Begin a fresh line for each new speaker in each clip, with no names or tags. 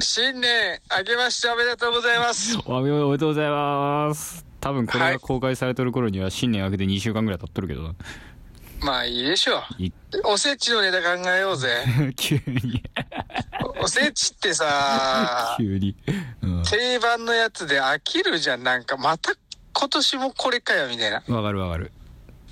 新年明けましておめでとうございます。
おおめでとうございます。多分これが公開されてる頃には新年明けて2週間ぐらい経っとるけどな。
まあいいでしょう。
い
おせちのネタ考えよう ぜ。
急に、
おおせちってさ
、急に。うん
定番のやつで飽きるじゃん。なんかまた今年もこれかよ、みたいな。
わかるわかる。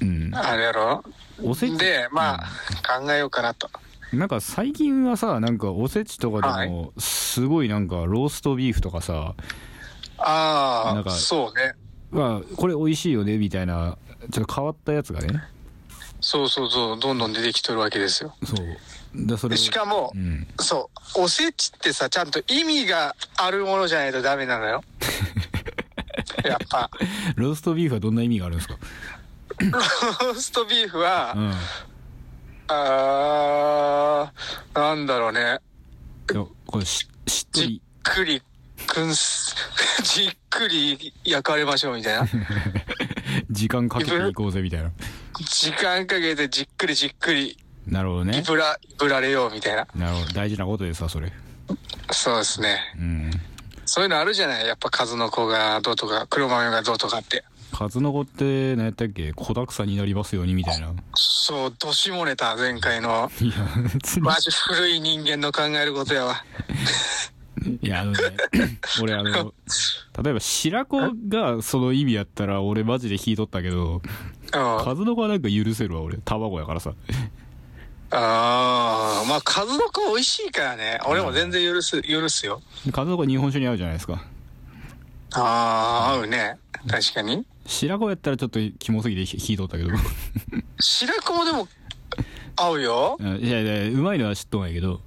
うん。
あれやろ
おせち、
で、まあ、考えようかなと。
なんか最近はさ、なんかおせちとかでも、すごいなんかローストビーフとかさ、な
あ
ん
あ、
か
そうね。
まあ、これ美味しいよね、みたいな、ちょっと変わったやつがね。
そうそうそう、どんどん出てきとるわけですよ。
そう。だ、それ
で
を
しかも
う、ん。
そう、おせちってさ、ちゃんと意味があるものじゃないとダメなの よ。やっぱ、
ローストビーフはどんな意味があるんですか
ローストビーフは、
うん。
あー、なんだろうね。
いやこれし、しっと
じっ
り。
くり、くんす、 じっくり焼かれましょうみたいな。
時間かけていこうぜ、みたいな。
時間かけてじっくりじっくり、
なるほどね
い。ぶら、いぶられようみたいな。
なるほど。大事なことでさ、それ。
そうですね。
うん。
そういうのあるじゃないやっぱ数の子がどうとか、黒豆がどうとかって。
数の子って、何やったっけ子だくさんになりますように、みたいな。
そう、どしもネタ、前回の。
いや、別に。
マジ古い人間の考えることやわ。
いや、あのね、 俺あの、例えば白子がその意味やったら、俺マジで引いとったけど、
うん。
数の子はなんか許せるわ、俺。卵やからさ。
あー、まあ数の子美味しいからね。俺も全然許す、許すよ。
数の子日本酒に合うじゃないですか。
ああ、合うね。確かに。
白子やったらちょっとキモすぎて引いとったけど。
白子もでも、合うよ。
うんいやいや、うまいのは知っとんやけど、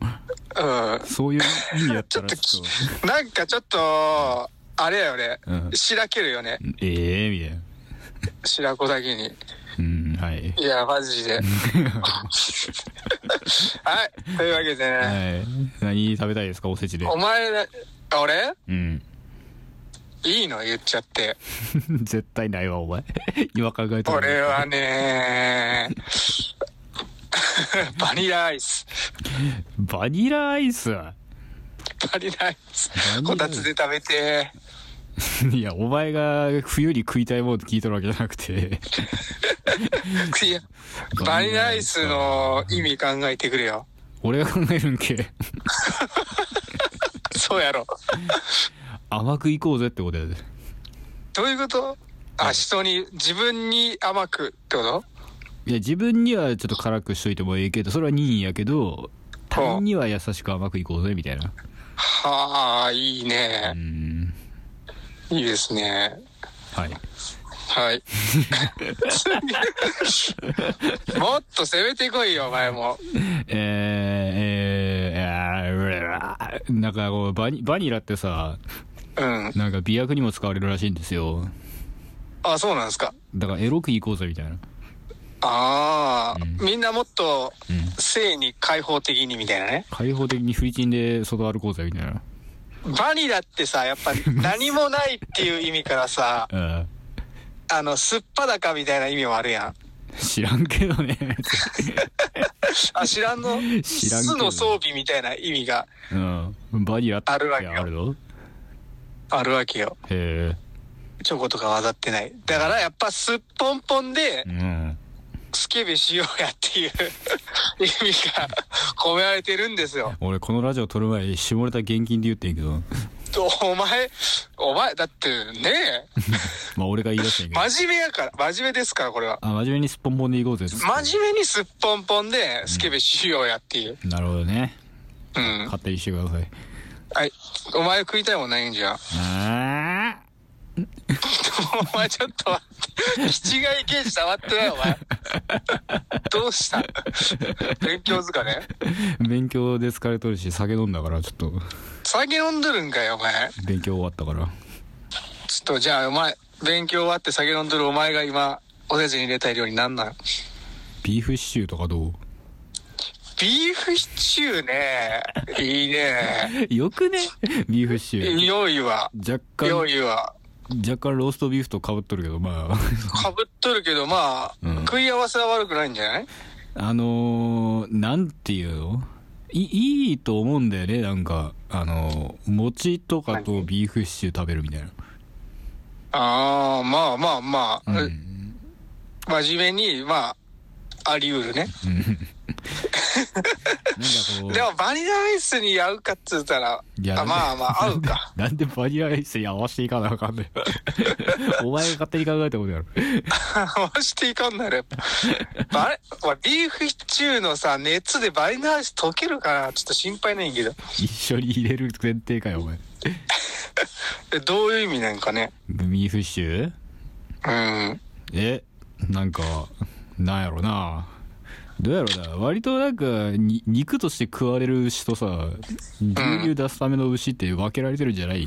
うん。
そういう意味やっ
ち
た
ょっ
ら
と
ち
き
ょっ、
なんかちょっと、あれやよね。
と、うん。
しらけるよね。
ええみたいな。
白子だけに。
うん、はい。
いや、マジで。 はい。というわけでね。
はい。何食べたいですか、おせちで。
お前ら、俺
うん。
いいの言っちゃって。
絶対ないわ、お 前。今考えたら。
俺はね バニラアイス。
バニラアイス
バニラアイス
バニラアイス。
こたつで食べて。
いや、お前が冬に食いたいもんって聞いとるわけじゃなく て。
いや、バニラアイスの意味考えてくれよ。
俺が考えるんけ。
そうやろ。
甘くいこうぜってことやで。
どういうことあ、人に、自分に甘くってこと
いや、自分にはちょっと辛くしといてもええけど、それは任意やけど、他人には優しく甘くいこうぜ、みたいな。
はあ、いいうね。
ん。
いいですね。
はい。
はい。もっと攻めてこいよ、お前も。
えー、えー、えー、なんかこう、バニ、バニラってさ、
うん。
なんか美薬にも使われるらしいんですよ。
あ、そうなんですか。
だからエロくいこうぜ、みたいな。
ああ、
うん
みんなもっと
うん、
性に開放的にみたいなね。
開放的にフリチンで外歩こうぜ、みたいな。
バニラってさ、やっぱ 何もないっていう意味からさ、
うん。
あの、すっぱだかみたいな意味もあるやん。
知らんけど ね。
あ、知らんの
知らんけど
巣の装備みたいな意味が
うん。バニラって
あるわけよ
あるの
あるわけよ。
へ
チョコとか混ざってない。だからやっぱすっぽんぽんで
え。うん。
スケベしようやっていう意味が込められてるんですよ。
俺、このラジオ撮る前に絞れた現金で言ってんけど。
お前、お前、だってね
まあ、俺が言い出したんやけど。
真面目やから、真面目ですから、これは。
あ、真面目にすっぽんぽんでいこうぜ。
真面目にすっぽんぽんでスケベしようやっていう。
なるほどね。
うん。
勝手にしてください。
はい。お前食いたいもんないんじ ゃん。
あ
お前ちょっと待って。気違い刑事触ってないお前。どうした勉強疲れ
ー勉強で疲れとるし、酒飲んだから、ちょっと、
酒飲んどるんかよ、お前。
勉強終わったから。
ちょっとじゃあお前、勉強終わって酒飲んどるお前が今、おせちに入れたい料理なんなん
ビーフシチューとかどう
ビーフシチュー ね。いいね。
よくねビーフシチュー。
良いわ。
若干、
良いわ。
若干ローストビーフと被っとるけど、まあ、
かぶっとるけど、まあ、
うん
食い合わせは悪くないんじゃない
あのー、なんていうのいいいと思うんだよねなんかあの餅とかとビーフシチュー食べるみたいな、
ああ、まあまあまあ、
うん
真面目に、まあ、あり得るね。
うんなんかこう
でもバニラアイスに合うかっつったら、
いや
あまあまあ合うか。
なんでバニラアイスに合わせていかなあかん ねんお前が勝手に考えたことやろ
合わしていかんならやっぱ。バレ、まあビーフシチューのさ、熱でバニラアイス溶けるかなちょっと心配ないんやけど。
一緒に入れる前提かよお前
えどういう意味なんかね。
ビーフシチュー
うん。
えなんかなんやろなどうやろな割となんかに肉として食われる牛とさ牛乳出すための牛って分けられてるんじゃない、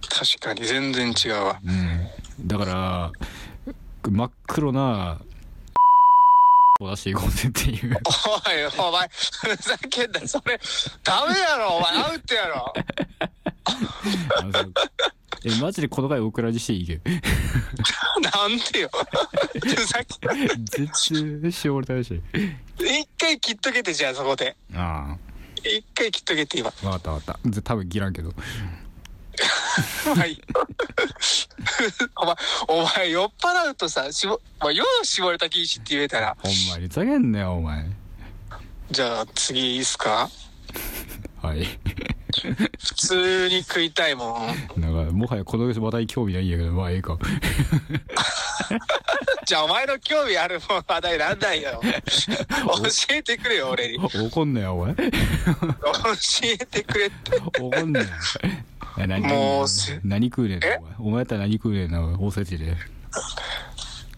確かに全然違うわ。
うん、だから真っ黒なを出していこうぜっていう
おい、お前、ふざけんな。それ、ダメやろ、お前、アウトやろ。
あのそうえマジでこの回オクラにしてい いけど
なんでよ。ふざけんな
絶対しおれたらしい
一回切っとけて、じゃあそこで。
あ
一回切っとけて、今。
あ分かった分かったぜ多分切らんけど
はい。 お前、お前、酔っ払うとさ、しぼ、まあ、よう絞れた禁止って言えたら、
ほんまにふざけんなよお前
じゃあ次いいっすか
はい
普通に食いたいも ん。
なんかもはやこの話題興味ないんやけどまあええか
じゃあお前の興味あるもん話題なんだ よ。教えてくれよ、俺に。教
怒んなよお前
えてくれって。
怒んなよえ何
もうす
何食うねん
え
お前お前やったら何食うねんなおせちで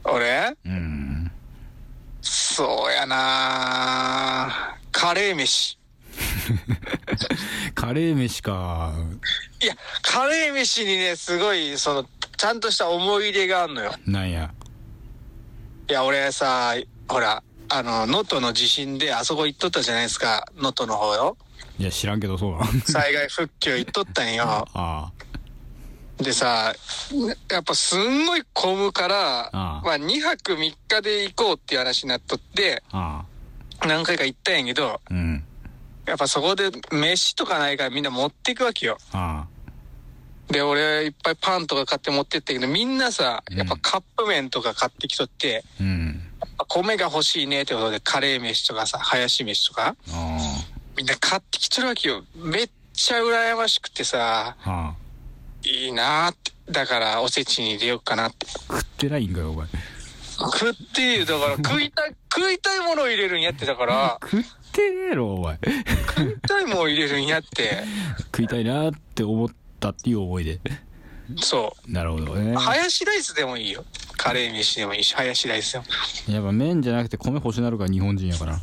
俺
うん
そうやなカレー飯。
カレー飯か
いや、カレー飯にね、すごい、その、ちゃんとした思い入れがあんのよ。
なんや
いや、俺さ、ほら、あの、能登の地震であそこ行っとったじゃないですか、能登の方よ。
いや知らんけどそうだ
災害復旧行っとったんよ。
あ
でさ、やっぱすんごい混むから、
ああ
まあ2泊3日で行こうっていう話になっとって、
ああ
何回か行ったんやけど、
あうん
やっぱそこで飯とかないからみんな持っていくわけよ。
あ
で、俺いっぱいパンとか買って持ってったけど、みんなさ、
うん
やっぱカップ麺とか買ってきとって、
あうん
米が欲しいねってことでカレー飯とかさ、ハヤシ飯とか、
あ
みんな買ってきとるわけよ。めっちゃ羨ましくてさ、
あああ
いいなーって。だからおせちに出ようかなって。
食ってないんかよお前
食っていう、だ から食いたい、食いたいものを入れるんやって、だから、
食ってねえろお前
食いたいものを入れるんやって、
食いたいなって思ったっていう思いで
そ
なるほどね
う。ハヤシライスでもいいよ。カレー飯でもいいし、ハヤシライスでも。
やっぱ麺じゃなくて米欲しなるから日本人やから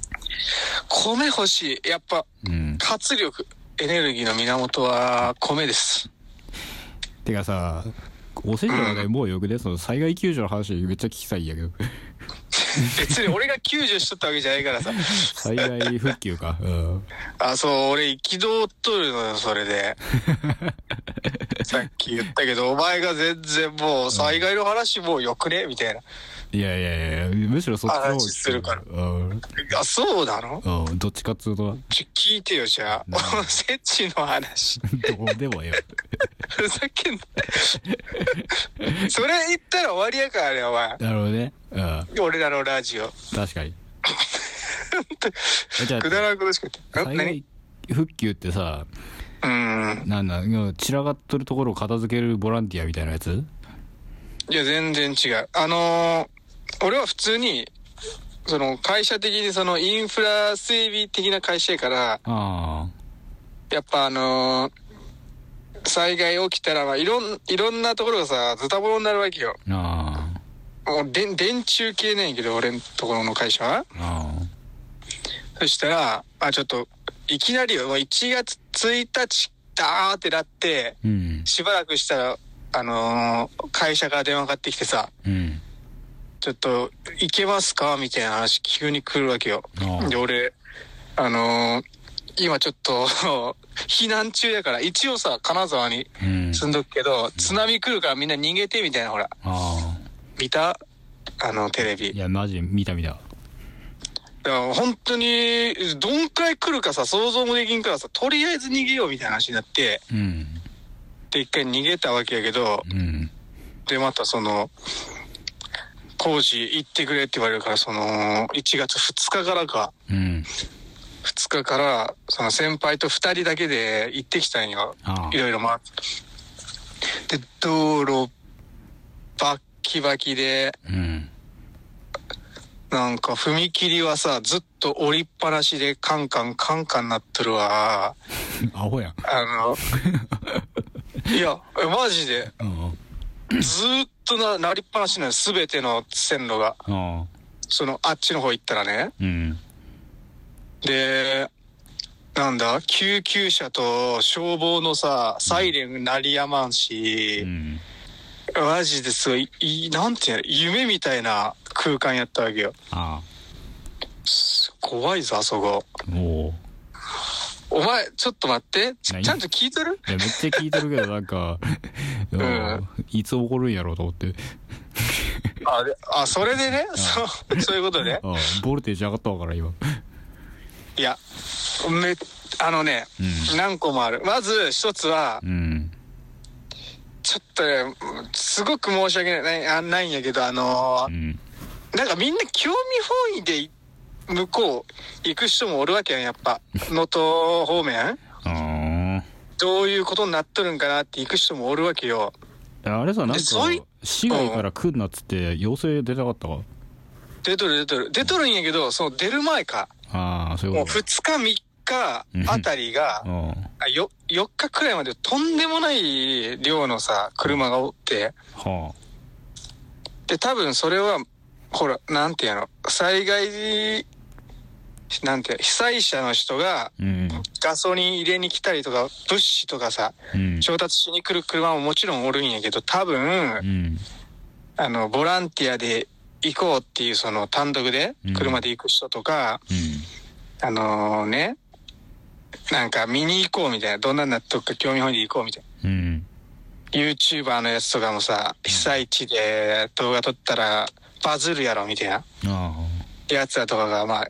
米欲しい。やっぱ、
うん
活力、エネルギーの源は米です。
てかさおせちの話題もうよくねその災害救助の話めっちゃ聞きたいんやけど
別に俺が救助しとったわけじゃないからさ。
災害復旧かうん
あ、そう、俺、憤っとるのよ、それ で。さっき言ったけど、お前が全然もう、災害の話もうよくねみたいな。
いやいやいやむしろそっちの方
話するから
うん、
あ、そうなの
うん、どっちかっつうと
ちょ、聞いてよ、じゃ
な
あ。おせちの話。
どうでもええわ
ふざけんな。 それ言ったら終わりやからね、お前。
なるほどねうん
俺らのラジオ。
確 かにえじゃあ
くだらんことしか言って
災
ん。何
害復旧ってさ
うん。
なんだ散らがっとるところを片付けるボランティアみたいなやつ
いや、全然違う。あのー俺は普通に、その会社的にそのインフラ整備的な会社やから、
あ
やっぱあのー災害起きたら、まあ、いろん、いろんなところがさ、ズタボロになるわけよ。
あああ
もう、電、電柱系なんやけど、俺んところの会社は。
あ
そしたら、あ、ちょっと、いきなりよ、もう1月1日だーってなって、
うん
しばらくしたら、あのー会社から電話かかってきてさ、
うん
ちょっと、行けますかみたいな話、急に来るわけよ。
ああ
で、俺、あのー今ちょっと、 避難中やから、一応さ、金沢に
うん
住んどくけど、津波来るからみんな逃げて、みたいな、ほら、
ああ
見たあの、テレ
い
ビ。
やマジ見た見た
だから本当に、どんくらい来るかさ、想像もできんからさ、とりあえず逃げようみたいな話になって、
うん
で、一回逃げたわけやけど、
うん
で、またその、工事行ってくれって言われるから、その、1月2日からか、
うん
2日から、その先輩と2人だけで行ってきたんよ。
ああ
いろいろ回って。で、道路、バッキバキで、
うん
なんか踏切はさ、ずっと降りっぱなしでカンカンカンカンなっとるわ。
アホやん
あの、いや、マジで、
うん
ずーっとな、なりっぱなしなのよ、すべての線路が。
ああ
その、あっちの方行ったらね。
うん
で、なんだ、救急車と消防のさ、サイレン鳴りやまん
う
し、
ん
マジですごい、いなんていうの、夢みたいな空間やったわけよ。
あ
す怖いぞ、あそこ。
あおお
お前、ちょっと待って。ち
何
ちゃんと聞いとる
いやめっちゃ聞いてるけどな んか、
ん
うんいつ起こるんやろうと思って
あ、であ、それでね、そう、そういうことね。
ああボルテージ上がったわから今
いや、め、あのね、
う
何個もある。まず、一つは、
うん
ちょっとね、すごく申し訳ない、あないんやけど、あの
う
ー
ん
なんかみんな興味本位でい向こう行く人もおるわけやん、やっぱ。能登方面
あ
どういうことになっとるんかなって行く人もおるわけよ。
ああれさなんか
えそうい
市外から来んなっつって要請出たかったか
出とる出とる。出とるんやけど、その出る前か。
ああそうい
も
う
う
こと
2日3日あたりが、
か
あよ4日くらいまでとんでもない量のさ、車がおって。
うんは
で多分それはほらなんていうの災害なんていうの被災者の人が
あうん
ガソリン入れに来たりとか物資とかさ
うん
調達しに来る車ももちろんおるんやけど多分、
うん
あのボランティアで行こうっていうその単独で
うん
車で行く人とか、
うん
あのねなんか見に行こうみたいなどんなんなっとくか興味本位で行こうみたいな。
うん、
YouTuber のやつとかもさ被災地で動画撮ったらバズるやろみたいな
あ
やつらとかが、ま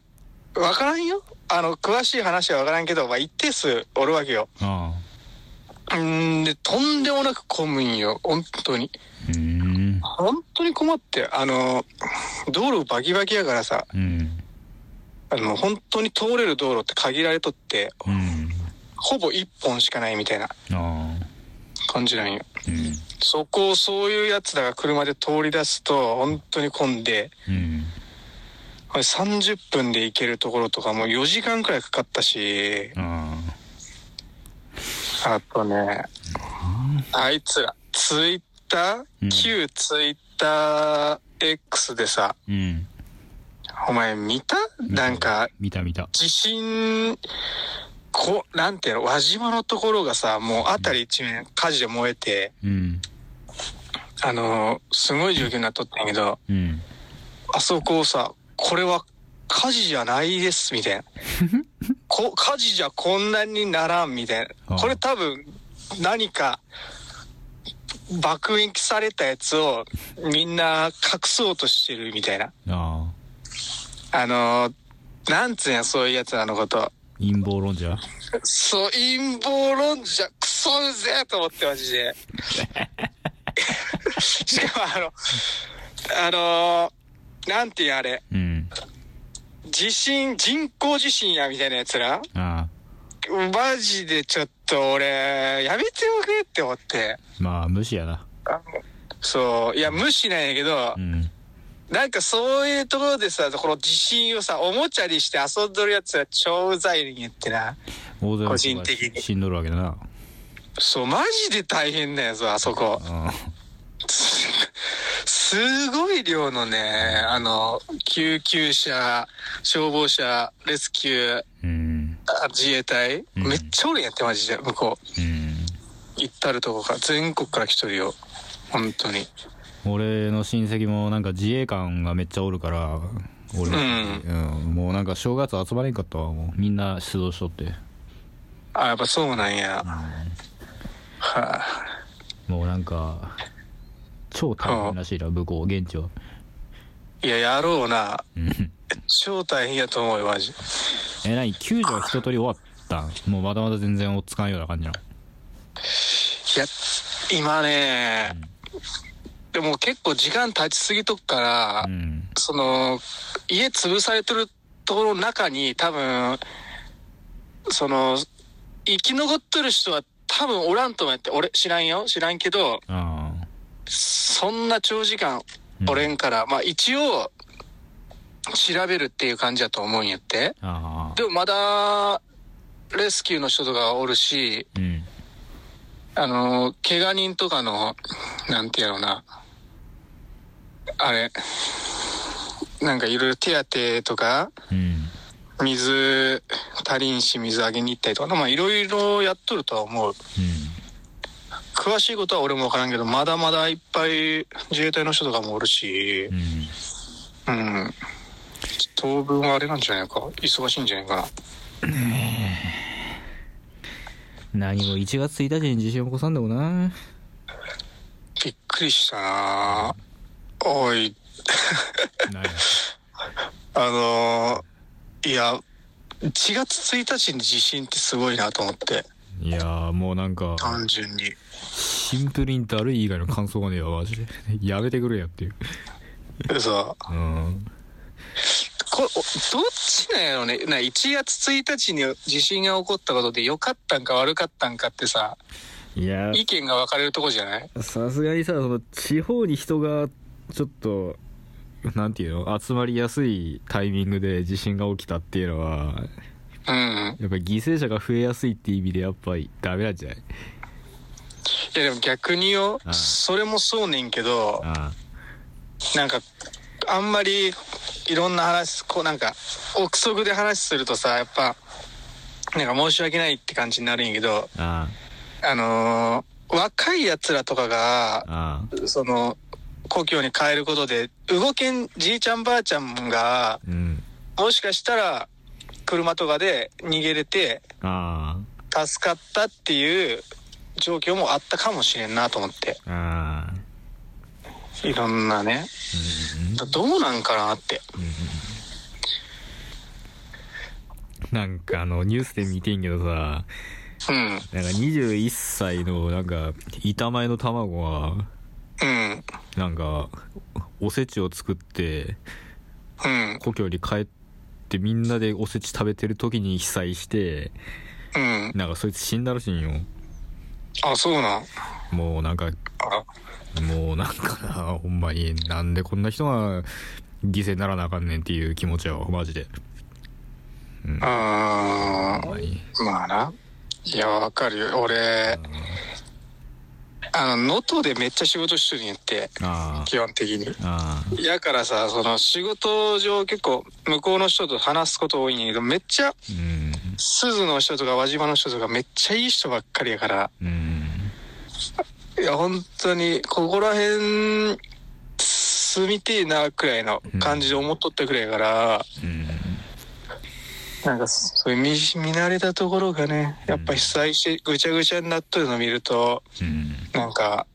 あ、わからんよ。あの、詳しい話はわからんけど、まあ、一定数おるわけよ。
あああ
うんで、とんでもなく混むんよ。本当に。
うん
本当に困って。あの、道路バキバキやからさ、
うん
あの、本当に通れる道路って限られとって、
うん
ほぼ一本しかないみたいな
ああ
感じなんよ。
うん
そこをそういうやつらが車で通り出すと、本当に混んで、
うん
これ30分で行けるところとかもう4時間くらいかかったし、
あ
あとね、あいつら、ツイッタ
うん
ー、旧ツイッター X でさ、
あうん
お前見たなんか、
見た見た
地震、こ、なんていうの、輪島のところがさ、もう辺り一面火事で燃えて、
うん
あのーすごい状況になっとったんやけど、
うん
あそこをさ、これは火事じゃないです、みたい な。こ火事じゃこんなにならん、みたい
あ
な。
あ
これ多分、何か、爆撃されたやつをみんな隠そうとしてるみたいな。
ああ
あのーなんつうんや、そういうやつらのこと。
陰謀論者
そう、陰謀論者、クソうぜえと思って、マジで。しかも、あの、あのーなんていうんあれ、
うん
地震、人工地震やみたいなやつら
ああ
マジでちょっと俺、やめておけって思って。
まあ無視やな
そう、いや、無視なんやけど
う、ん
なんかそういうところでさ、この地震をさ、おもちゃにして遊んどるやつら超うざいねんやってな。
大勢の
個
人
人
が
的に
死んどるわけだな
そう、マジで大変だよ、そうあそこ。
あ
すごい量のね、あの、救急車、消防車、レスキュー、
うん
あ自衛隊、
うん
めっちゃおるんやって、マジで、向こう。
うん
行ったるとこから全国から来とるよ本当に
俺の親戚もなんか自衛官がめっちゃおるから俺、
うん
うんもうなんか正月集まれんかったわもうみんな出動しとって
あやっぱそうなんや、はあ
もうなんか超大変らしいな向こう現地はい
ややろうな
うん
超大変やと思うよ、マジ。
え何救助は一通り終わったんもうまだまだ全然追っつかんような感じなの
いや、今ね、でも結構時間経ちすぎとくから、
うん
その、家潰されてるところの中に多分、その、生き残ってる人は多分おらんと思って、俺知らんよ、知らんけど、
あ
そんな長時間
うん
おれんから、まあ一応、調べるっていう感じだと思うんやって。
あああ
でもまだ、レスキューの人とかおるし、
うん
あの、怪我人とかの、なんてやろうな、あれ、なんかいろいろ手当てとか、
うん
水足りんし水あげに行ったりとか、まあいろいろやっとるとは思う。詳しいことは俺もわからんけど、まだまだいっぱい自衛隊の人とかもおるし
うんう、 ん
うん。当分はあれなんじゃないか忙しいんじゃないかな。
何も1月1日に地震起こさんでもな
びっくりしたなおい、
何や
あのーいや、1月1日に地震ってすごいなと思って、
いやーもうなんか
単純に。
シンプルにだるい以外の感想がねえわマジでやめてくれやっていう
でさ、
うん
これ、おどっちなんやろね。な、1月1日に地震が起こったことで良かったんか悪かったんかってさ、
いや
意見が分かれるとこじゃない
さすがにさその地方に人がちょっとなんていうの集まりやすいタイミングで地震が起きたっていうのは
うん。
やっぱり犠牲者が増えやすいっていう意味でやっぱりダメなんじゃない
いやでも逆によ
う、ん
それもそうねんけど、
あ
なんか、あんまりいろんな話、こうなんか、憶測で話するとさ、やっぱ、なんか申し訳ないって感じになるんやけど、
ああ
あのー若い奴らとかが
あ、あ
その、故郷に帰ることで、動けんじいちゃんばあちゃんが、
うん
もしかしたら、車とかで逃げれて、
あ
助かったっていう状況もあったかもしれんなと思って。
あああ
いろんなね。どうなんかなって。
なんかあのニュースで見てんけどさ
うん。
なんか21歳のなんか板前の卵は
うん。
なんかおせちを作って
うん。
故郷に帰ってみんなでおせち食べてる時に被災して
うん。
なんかそいつ死んだらしいんよ
あ、そうなん。
もうなんか
あ
もうなんかなほんまになんでこんな人が犠牲にならなあかんねんっていう気持ちやわマジで
あ
ほんまに
ーまあな。いや、わかるよ。俺、あの、能登でめっちゃ仕事してるんやって、
あ
基本的に。
ああ
やからさ、その仕事上結構向こうの人と話すこと多いんやけど、めっちゃ、
あうん
鈴の人とか輪島の人とかめっちゃいい人ばっかりやから、
うん
いや、本当に、ここら辺、住みてえな、くらいの感じで思っとったくらいやから、
うん
なんか、そういう見見慣れたところがね、やっぱ被災してぐちゃぐちゃになっとるの見ると、
うん
なんか、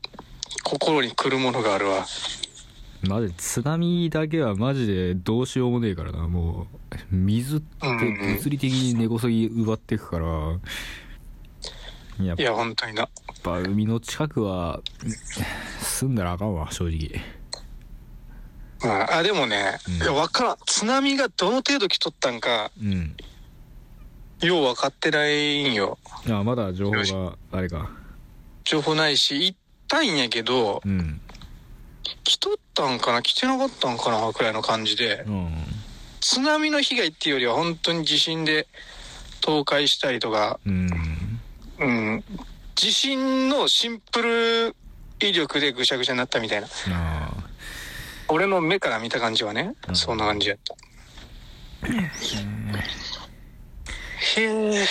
心に来るものがあるわ。
マジ津波だけはマジでどうしようもねえからなもう水って
うん
物理的に根こそぎ奪ってくからやっ
いや、本当にな。
ぱ海の近くは住んだらあかんわ正直
まあ、あでもね、
うん
いや、わからん。津波がどの程度来とったんか、
うん
よう分かってないんよ。
あまだ情報があれか
情報ないし、行ったんやけど、
うん
来とったんかな来てなかったんかなくらいの感じで、
うん
津波の被害っていうよりは本当に地震で倒壊したりとか、
うん
うん、地震のシンプル威力でぐしゃぐしゃになったみたいな。
ああ
俺の目から見た感じはね、
うん
そんな感じやった。へえ。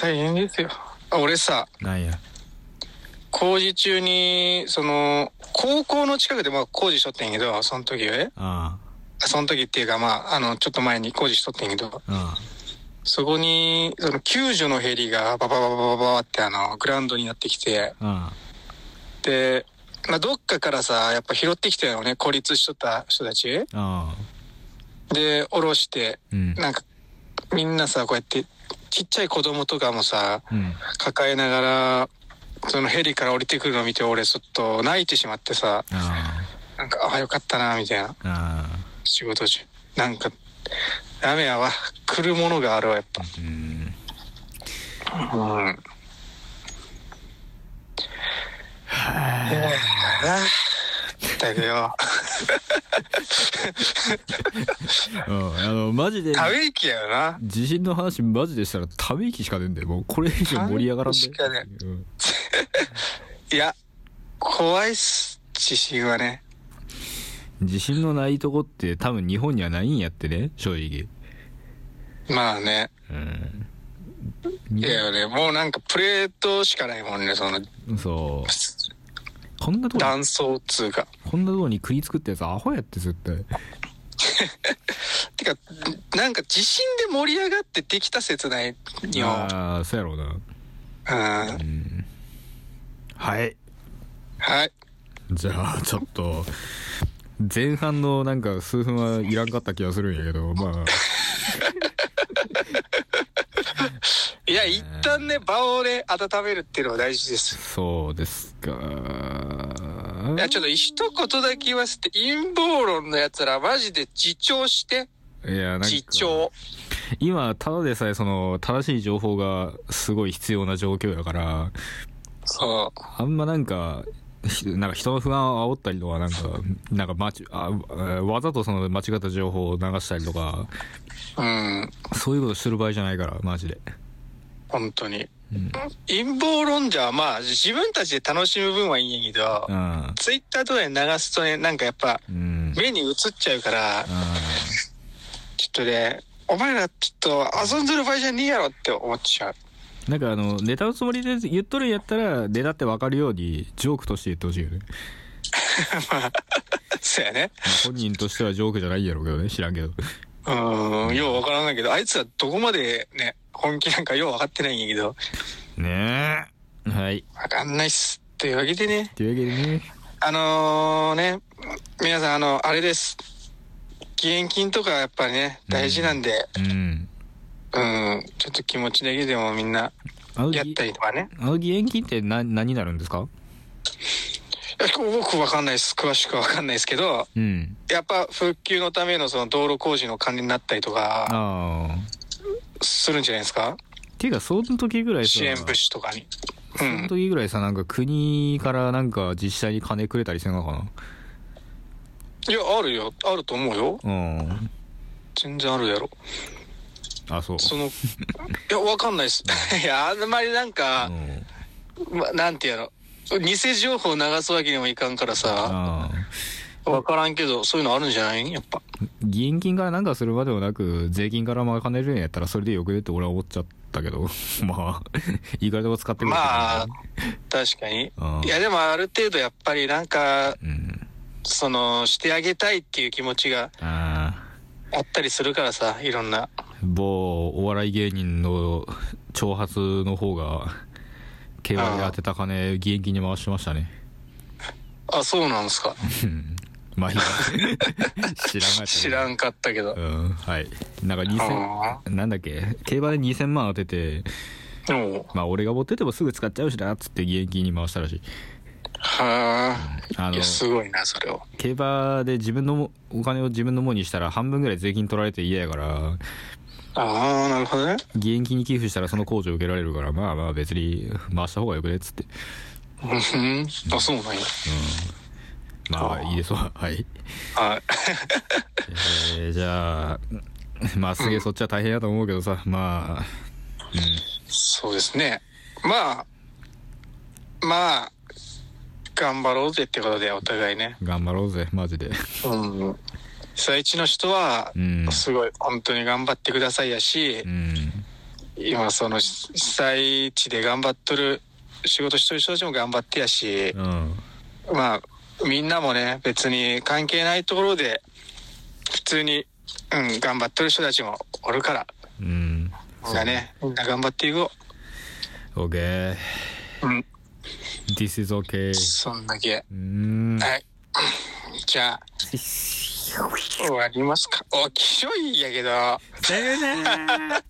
大変ですよ。あ俺さ、
なんや
工事中に、その、高校の近くでまあ工事しとってんけど、その時はね
あ
その時っていうかまあ、あの、ちょっと前に工事しとってんけど、
ああ
そこに、その救助のヘリがバババババババってあの、グラウンドになってきて、
ああ
で、まあどっかからさ、やっぱ拾ってきたよね、孤立しとった人たち。
ああ
で、おろして、
うん
なんか、みんなさ、こうやって、ちっちゃい子供とかもさ、
うん
抱えながら、そのヘリから降りてくるのを見て、俺ちょっと泣いてしまってさ、
あ
なんか、ああ、よかったな、みたいな、
ああ
仕事中。なんか、ダメやわ。来るものがあるわ、やっぱ。
あうん
うん。だけ ど、
うんあのマジで
ため息やよな。
地震の話マジでしたらため息しか出んだよもうこれ以上盛り上がらんで
ため息し
うん
いや、怖いっす、自信はね。
地震のないとこって多分日本にはないんやってね正直
まあね。
うん
いやよね、もうなんかプレートしかないもんね、その、
そうこんなとこ
断層っつうか。
こんなとこに食いつくってやつアホやって絶対
てか、なんか地震で盛り上がってできた説ない日本。
ああそうやろうな
うん。
うんはい
はい。
じゃあちょっと前半のなんか数分はいらんかった気がするんやけどまあ
いや、一旦ね、場をね、温めるっていうのは大事です。
そうですか
いや、ちょっと一言だけ言わせて、陰謀論のやつら、マジで自重して、
いやなんか
自重。
今ただでさえその正しい情報がすごい必要な状況やから
そう。
あんまなんかひなんか人の不安を煽ったりとかなんかなんかまちあえーわざとその間違った情報を流したりとか
うん、
そういうことする場合じゃないからマジで
本当に。
うん
陰謀論者は、まあ、自分たちで楽しむ分はいいんやけど、
うん
ツイッターとかで流すとね、なんかやっぱ、
うん
目に映っちゃうから、
う
ちょっとね、お前らちょっと遊んでる場合じゃねえやろって思っちゃう。
んなんかあのネタのつもりで言っとるんやったらネタって分かるようにジョークとして言ってほしいよね、
そうやね。
まあ本人としてはジョークじゃないやろうけどね知らんけど
うん、ようわからないけど、あいつはどこまでね、本気なんかよう分かってないんやけど、
ねえはい
わかんないっす。というわけでね、
というわけでね
あのね、皆さん、あの、あれです。義援金とかやっぱりね、大事なんで、
うん
うん、ちょっと気持ちだけでもみんな
あのぎ
やったりとかね。
あの義援金ってな何になるんですか
いや僕わかんないです。詳しくわかんないですけど、
うん
やっぱ復旧のためのその道路工事の関連になったりとか、
ああ
するんじゃないですか
ていうかその時ぐらいさ
支援物資とかに。う
その
ん。
時ぐらいさなんか国からなんか自治体に金くれたりせんのか
いや、あるよ。あると思うよ。
なうん
全然あるやろ。
あそう
そ の、いや、わかんないです。 いや、あんまりなんか
う、ん
ま、なんてやろ。偽情報流すわけにもいかんからさ、
ああ
わからんけど、そういうのあるんじゃないやっぱ。
義援金からなんかするまでもなく税金から賄えるんやったらそれでよくねって俺は思っちゃったけどまあいくらでも使ってくれって
まあ
感じ、
確かに。
だねうん
いや、でもある程度やっぱりなんか、
うん
その、してあげたいっていう気持ちが
あ
あったりするからさ、いろんな。
あ某お笑い芸人の挑発の方が競馬で当てた金義援金に回してましたね
あ、そうなんですか。
うんまあいいや知らんがった
知らんかったけど。
うんはいなんか2000
あ
なんだっけ競馬で2000万当てて
ーでも、
まあ俺が持っててもすぐ使っちゃうしなっつって義援金に回したらしい
は
あ
あ。い
の
や、すごいな、それを。
競馬で自分のもお金を自分のものにしたら半分ぐらい税金取られて嫌やから
ああ、なるほどね。
義援金に寄付したらその控除受けられるからまあまあ別に回した方がよくねっつって
うんあ、そうなんや。
まあいいですわはい、
はい。
えーじゃあまあすげえそっちは大変やと思うけどさまあ
そうですね。まあ、まあ、頑張ろうぜってことで、お互いね。
頑張ろうぜマジで
うん。被災地の人は
う、ん
すごい、本当に頑張ってくださいやし
う、ん
今、その、被災地で頑張っとる、仕事しとる人たちも頑張ってやし、
うん
まあ、みんなもね、別に関係ないところで、普通に、うん、頑張ってる人たちもおるから、
うん
みんなね、みんな頑張っていこ
OK
う。うん、
This is Mm. OK
そんだけ。
うん
はい。じゃあ、終わりますかおきしょいやけど
さよなら